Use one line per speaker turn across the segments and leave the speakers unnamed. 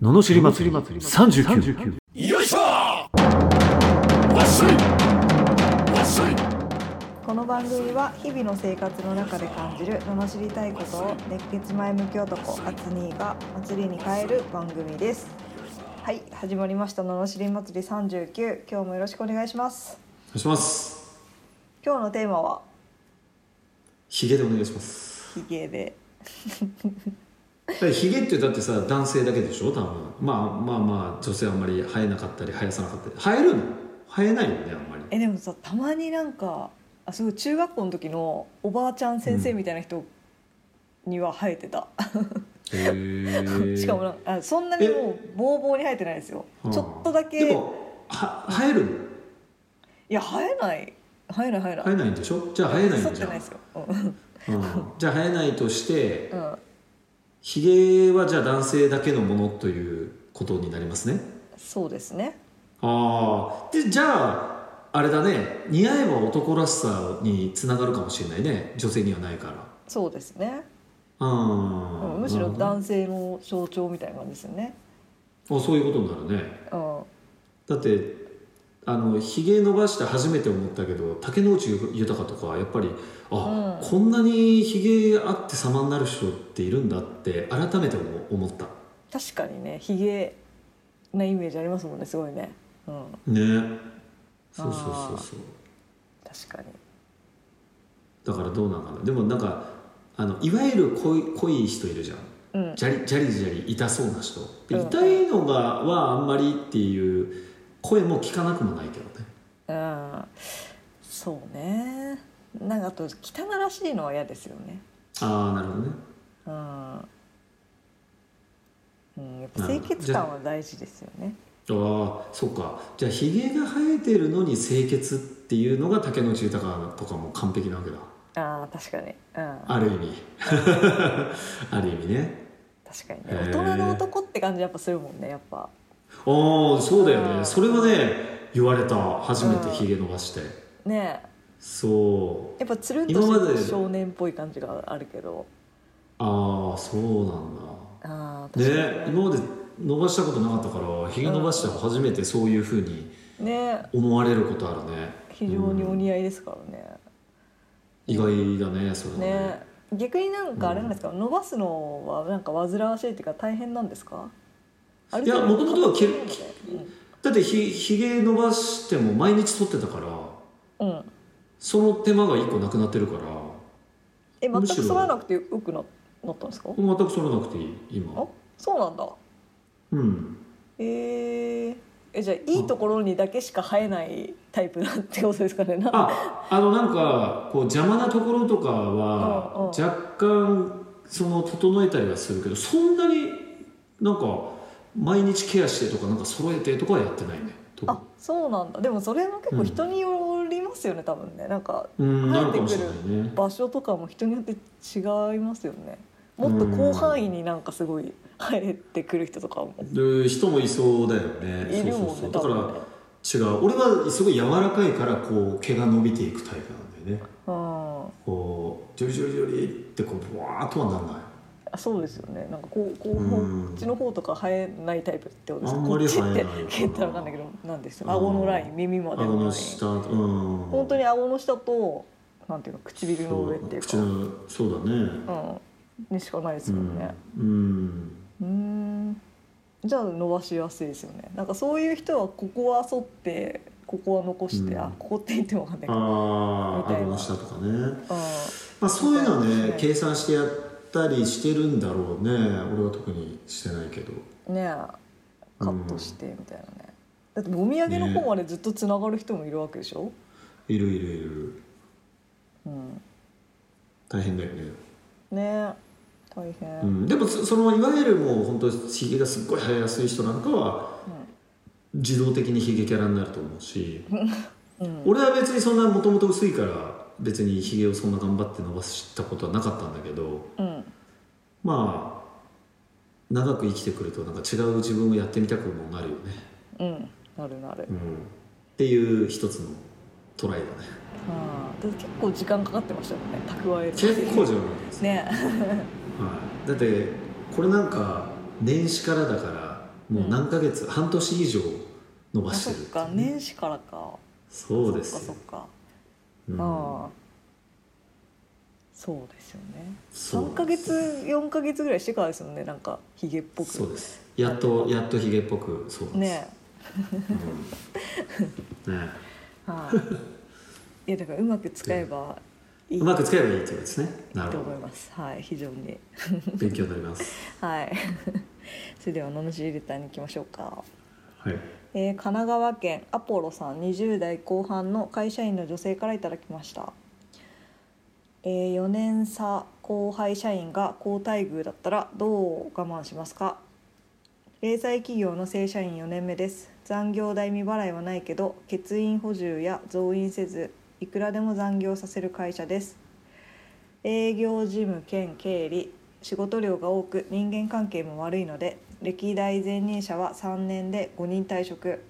ののしり祭り39
よいしょわっしょいわっしょい
この番組は日々の生活の中で感じる罵りたいことを熱血前向き男アツニーが祭りに変える番組ですはい始まりました罵り祭り39今日もよろしくお願いします
お願いします。
今日のテーマは
ヒゲでお願いします。
ヒゲで
だってヒゲってだってさ、男性だけでしょ、多分。まあまあまあ、女性あんまり生えなかったり、生やさなかったり。生えるの生えないよね、あんまり。
えでもさたまになんかあすごい中学校の時のおばあちゃん先生みたいな人には生えてた、
へー
しかもなんかあそんなにもうボーボーに生えてないですよ
はあ
ちょっとだけ
でも、は生えるの
いや生えない生えない生えない
生えないんでしょじゃあ生えない
剃っ
んじ
て
ゃん
ないですよ、うん
うんじゃあ生えないとして、
うん、
ヒゲはじゃあ男性だけのものということになりますね。
そうですね
ああ。で、じゃあ、あれだね、似合えば男らしさにつながるかもしれないね。女性にはないから。
そうですね、
あ
うん、むしろ男性の象徴みたいな感じですよね、
あそういうことになるね
うん、
だってあのひげ伸ばして初めて思ったけど竹野内豊とかやっぱりあ、
うん
こんなにひげあって様になる人っているんだって改めて思思った
確かにねひげなイメージありますもんねすごいね、うん、
ねそうそうそうそう
確かに
だからどうなんかなでもなんかあのいわゆる濃い濃い人いるじゃん
うん
じゃりじゃりじゃり痛そうな人で
うん
痛いのがはあんまりっていう声も聞かなくもないけどね
うんそうねなんかあと汚らしいのは嫌ですよね
ああなるほどね
うん、うん、やっぱ清潔感は大事ですよね
ああそっかじゃあひげが生えてるのに清潔っていうのが竹野内豊とかも完璧なわけだ
ああ確かに、うん、
ある意味 ある意味ね
確かにね
へー
大人の男って感じやっぱするもんねやっぱ
ああそうだよ
うん
ねそれはね言われた初めてひげ伸ばして、
ねえ
そう
やっぱつるん
今ま
と
で
した少年っぽい感じがあるけど
ああそうなんだ
ああ確
ね
かに
今まで伸ばしたことなかったからひげ伸ばしても初めてそういうふうに
ねね
思われることあるね
非常にお
うん
似合いですからね、
意外だねそれはね
ね逆になんかあれなんですか、伸ばすのはなんか煩わしいっていうか大変なんですかあれ
いや元々は切る
うん
だってひひげ伸ばしても毎日取ってたから
うん
その手間が一個なくなってるから
え全
む
く
しろ
剃らなくてよくななったんですか
全く剃らなくていい今
あそうなんだ
うん
えー、えじゃあいいところにだけしか生えないタイプだってことですかねな
ああのなんかこう邪魔なところとか
うんうん
は若干その整えたりはするけどそんなになんか毎日ケアしてとかなんか揃えてとかはやってないね特に
あそうなんだでもそれも結構人によりますよね、多分ねなんか
うんなるか
生えてくる
もしれないね
場所とかも人によって違いますよねもっと広範囲になんかすごい生えてくる人とかも
で人もいそうだよね
いるもん
そ
ね
うそうそうだか
多
ら
分ね
違う俺はすごい柔らかいからこう毛が伸びていくタイプなんだよね
うん
こうジョリジョリジョリってこうブワーっとはなんない
あそうですよねなんかこうこう
うん
こっちの方とか生えないタイプってことですか
あんまり
こっちって
生えないよな
言ったら分かんないけどなんですよ顎のライン耳まで
顎
のライン
の下うん
本当に顎の下となんていうの唇の上っていう
そう口
か
のそうだね
うんにしかないですもんね
うん
うーんじゃあ伸ばしやすいですよねなんかそういう人はここは剃ってここは残して、
うん
あここって言っても分かんないけど
あ
み
あ
たいな
顎の下とかね、
う
まあ、そういうのは
みたいな
ね計算してやったりしてるんだろうね俺は特にしてないけど
んねえカットしてみたいなね、だってもみあげの方までずっとつながる人もいるわけでしょ、
いるいるいる
うん、
大変だよね、
ねえ大変、
う
うん
ん、でもそそのいわゆるもう本当ひげがすっごい生えやすい人なんかは自動的にひげキャラになると思うし
うん
俺は別にそんなもともと薄いから別にひげをそんな頑張って伸ばしたことはなかったんだけど
うん
まあ長く生きてくるとなんか違う自分をやってみたくもなるよね、
うんなるなる、
うん、っていう一つのトライだね
ああだって結構時間かかってましたもんね蓄える
結構じゃないです
ねえ
はい、だってこれなんか年始からだからもう何ヶ月、半年以上伸ば
あ
して
そっ
るって
か
いうね
年始からか
そうです
そ
よ
っかそっか、
うん
ああそうですよね
そうなん
3ヶ月4ヶ月ぐらいしてからですもんねなんかヒゲっぽく
そうですやっとやっとひげっぽくそうなんです
ね
うんね
えはい いやだからうまく使えば いいう
まく使えばいいっていうことですねなる
と
ほ
思い
ど
ますはい非常に
勉強になります
はい それでは罵りレターに行きましょうか
はい
えー神奈川県アポロさん20代後半の会社員の女性からいただきました、えー4年差後輩社員が好待遇だったらどう我慢しますか零細企業の正社員4年目です残業代未払いはないけど欠員補充や増員せずいくらでも残業させる会社です営業事務兼経理仕事量が多く人間関係も悪いので歴代前任者は3年で5人退職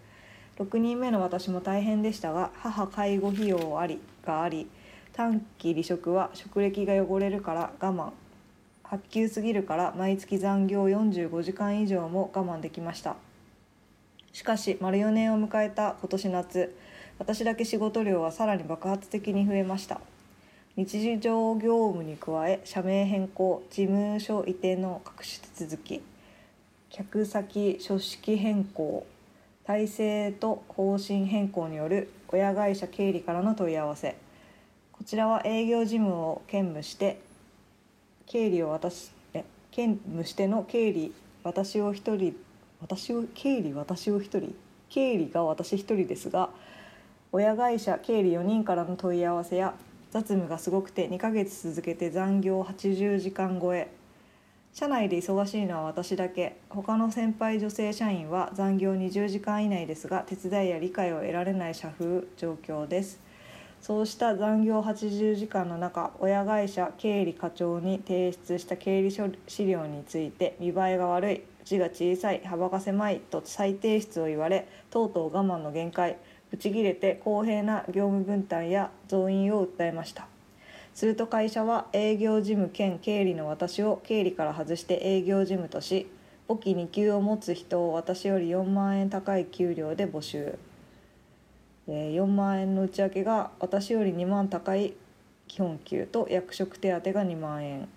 6人目の私も大変でしたが母介護費用ありがあり短期離職は職歴が汚れるから我慢発給すぎるから毎月残業45時間以上も我慢できましたしかし丸4年を迎えた今年夏私だけ仕事量はさらに爆発的に増えました日常業務に加え社名変更事務所移転の各種手続き客先書式変更体制と方針変更による親会社経理からの問い合わせこちらは営業事務を兼務して経理を私え兼務しての経理私を一人私を経理私を一人経理が私一人ですが親会社経理4人からの問い合わせや雑務がすごくて2ヶ月続けて残業80時間超え社内で忙しいのは私だけ他の先輩女性社員は残業20時間以内ですが手伝いや理解を得られない社風状況ですそうした残業80時間の中親会社経理課長に提出した経理書資料について見栄えが悪い字が小さい幅が狭いと再提出を言われとうとう我慢の限界ブチ切れて公平な業務分担や増員を訴えましたすると会社は営業事務兼経理の私を経理から外して営業事務とし簿記2級を持つ人を私より4万円高い給料で募集えー4万円の内訳が私より2万高い基本給と役職手当が2万円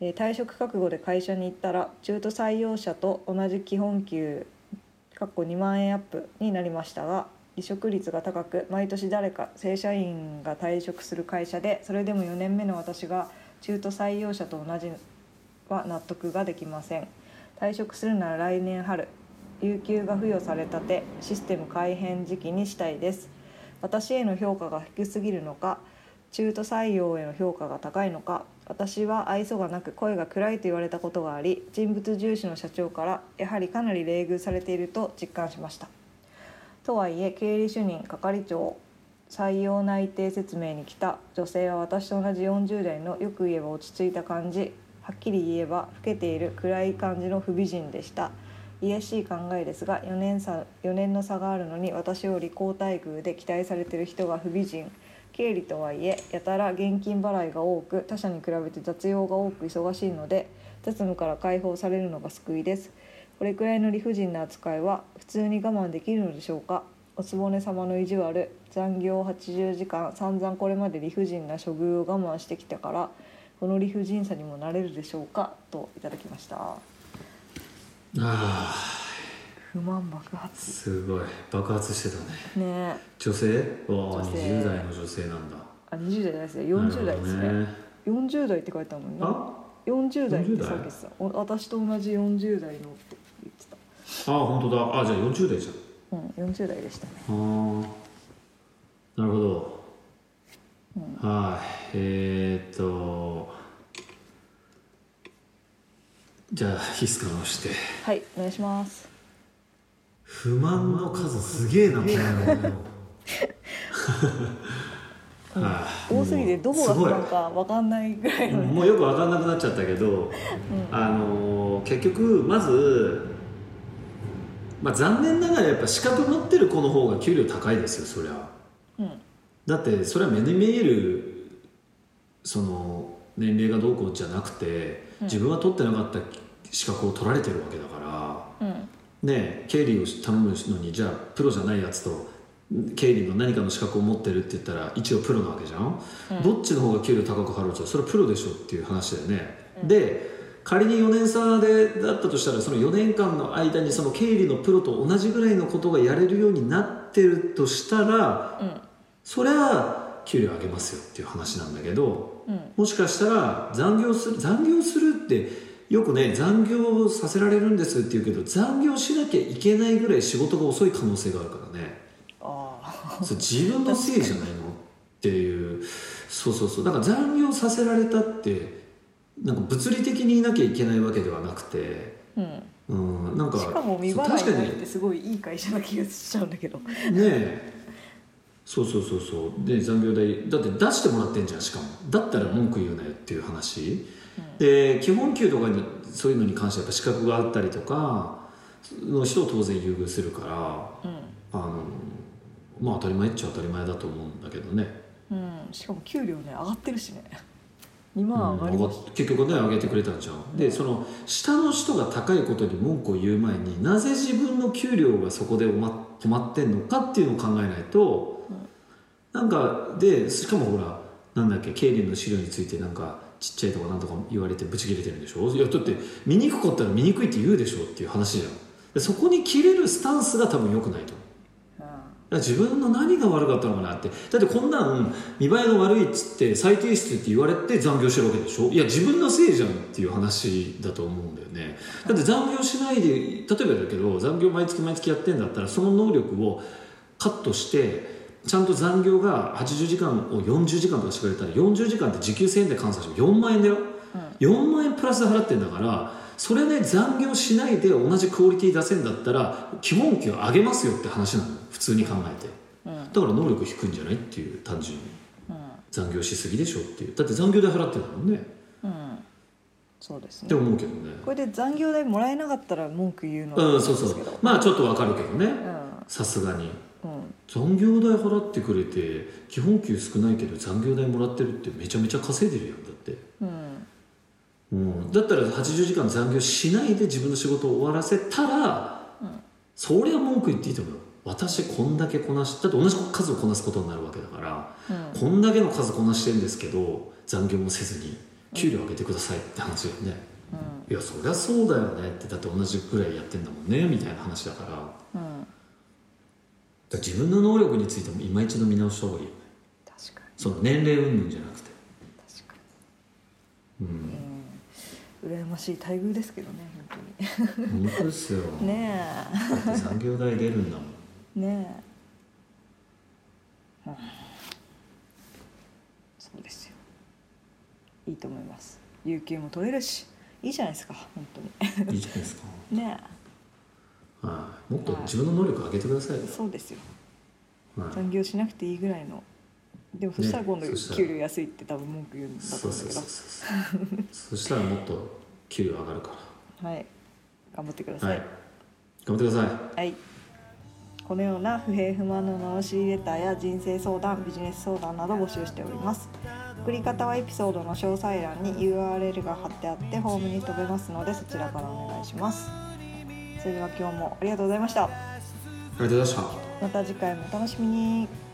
えー退職覚悟で会社に行ったら中途採用者と同じ基本給かっこ2万円アップになりましたが離職率が高く毎年誰か正社員が退職する会社でそれでも4年目の私が中途採用者と同じは納得ができません退職するなら来年春有給が付与されたてシステム改変時期にしたいです私への評価が低すぎるのか中途採用への評価が高いのか私は愛想がなく声が暗いと言われたことがあり人物重視の社長からやはりかなり冷遇されていると実感しましたとはいえ経理主任係長採用内定説明に来た女性は私と同じ40代のよく言えば落ち着いた感じはっきり言えば老けている暗い感じの不美人でした癒やしい考えですが4年差4年の差があるのに私より高待遇で期待されている人が不美人経理とはいえやたら現金払いが多く他社に比べて雑用が多く忙しいので雑務から解放されるのが救いですこれくらいの理不尽な扱いは普通に我慢できるのでしょうかお局様の意地悪残業80時間散々これまで理不尽な処遇を我慢してきたからこの理不尽さにもなれるでしょうかといただきました
あ
不満爆
あ
発
すごい爆発してたね
ねえ
女性わあ
女性
20代の女性なんだ
あ20代じゃないですね40代です
なる
ね40代って書いてあるのに
ほど
な
あ
40代って
40代
さっきさお私と同じ40代のって言ってた
あ本当だあじゃあ40代じゃん
うん40代でしたね
あーなるほど、はいえー、っとじゃあヒスカ直して
はいお願いします
不満の数すげえなこの野郎はい
多すぎてどこが
すごい
なんかわかんないぐらいのね
もうよく分かんなくなっちゃったけど、あのー結局まず、まあ、残念ながらやっぱ資格持ってる子の方が給料高いですよそりゃ、
うん
だってそれは目に見えるその年齢がどうこうじゃなくて自分は取ってなかった資格を取られてるわけだから、
うん
ね経理を頼むのにじゃあプロじゃないやつと経理の何かの資格を持ってるって言ったら一応プロなわけじゃん、どっちの方が給料高く払うじゃんそれはプロでしょっていう話だよね、で仮に4年差でだったとしたらその4年間の間にその経理のプロと同じぐらいのことがやれるようになってるとしたら、
うん
そりゃ給料上げますよっていう話なんだけど
うん
もしかしたら残業する残業するってよくね残業させられるんですって言うけど残業しなきゃいけないぐらい仕事が遅い可能性があるからね
あ
それ自分のせいじゃないのっていうそうそうそうだから残業させられたってなんか物理的にいなきゃいけないわけではなくて
ーうん
うんなんか
しかも未
そう
払
確
い
か
ないっ
に
てすごいいい会社な気がしちゃうんだけど
ねえそうそうそうそうで残業代だって出してもらってんじゃんしかもだったら文句言うなよっていう話、で基本給とかにそういうのに関してはやっぱ資格があったりとかの人を当然優遇するから
うん、
あのまあ当たり前っちゃ当たり前だと思うんだけどね、
うん、しかも給料ね上がってるしね2
う
万
ん
上がりまし
結局ね上げてくれたんじゃんでその下の人が高いことに文句を言う前になぜ自分の給料がそこでおま止まってんのかっていうのを考えないと、なんかでしかもほらなんだっけ経理の資料についてなんかちっちゃいとかなんとか言われてブチ切れてるんでしょいやだって見にくかったら見にくいって言うでしょっていう話じゃんでそこに切れるスタンスが多分良くないと思う
た、
だから自分の何が悪かったのかなってだってこんなん見栄えが悪いっつって再提出って言われて残業してるわけでしょいや自分のせいじゃんっていう話だと思うんだよねだって残業しないで例えばだけど残業毎月毎月やってんだったらその能力をカットしてちゃんと残業が80時間を40時間とかしてくれたら40時間って時給1000円で換算しても4万円だよ、4万円プラス払ってんだからそれで残業しないで同じクオリティ出せんだったら基本給上げますよって話なの普通に考えて、だから能力低いんじゃないっていう単純に、残業しすぎでしょっていうだって残業代払ってるもんね
うんうん、そうです
って
ね
思うけどね
これで残業代もらえなかったら文句言うの
う
は
んそうそう
なんですけど
まあちょっとわかるけどね
うん
さすがに
うん
残業代払ってくれて基本給少ないけど残業代もらってるってめちゃめちゃ稼いでるやんだって
うん
うん、だったら80時間残業しないで自分の仕事を終わらせたら、そりゃ文句言っていいと思うよ私こんだけこなしだって同じ数をこなすことになるわけだから、
うん
こんだけの数こなしてんですけど残業もせずに給料上げてくださいって話よね、いやそりゃそうだよねってだって同じくらいやってんだもんねみたいな話だからだか
うん
ら自分の能力についても今一度見直した方がいいよね
確か
その年齢云々じゃなくて
に確か
うん
に羨ましい待遇ですけどね本
本当ですよ、
当にね
だって残業代出るんだもん
えねえ、うんそうですよいいと思います有給も取れるしいいじゃないですか本 当
いいじゃないですか
にね
はい、もっと自分の能力上げてくださいよ
え、そうですよ
はい、
残業しなくていいぐらいのでもそしたら今度
そしたら
給料安いって多分文句言うんだと
そう
思う
そ
ん
うそ
だ
う
け
そうそしたらもっと給料上がるか
どはい頑張ってくだ
ら
さ
はいい頑張ってください
はい、このような不平不満の罵りレターや人生相談ビジネス相談など募集しております送り方はエピソードの詳細欄に URL が貼ってあってホームに飛べますのでそちらからお願いしますそれでは今日もありがとうございました
ありがとうございました
また次回もお楽しみに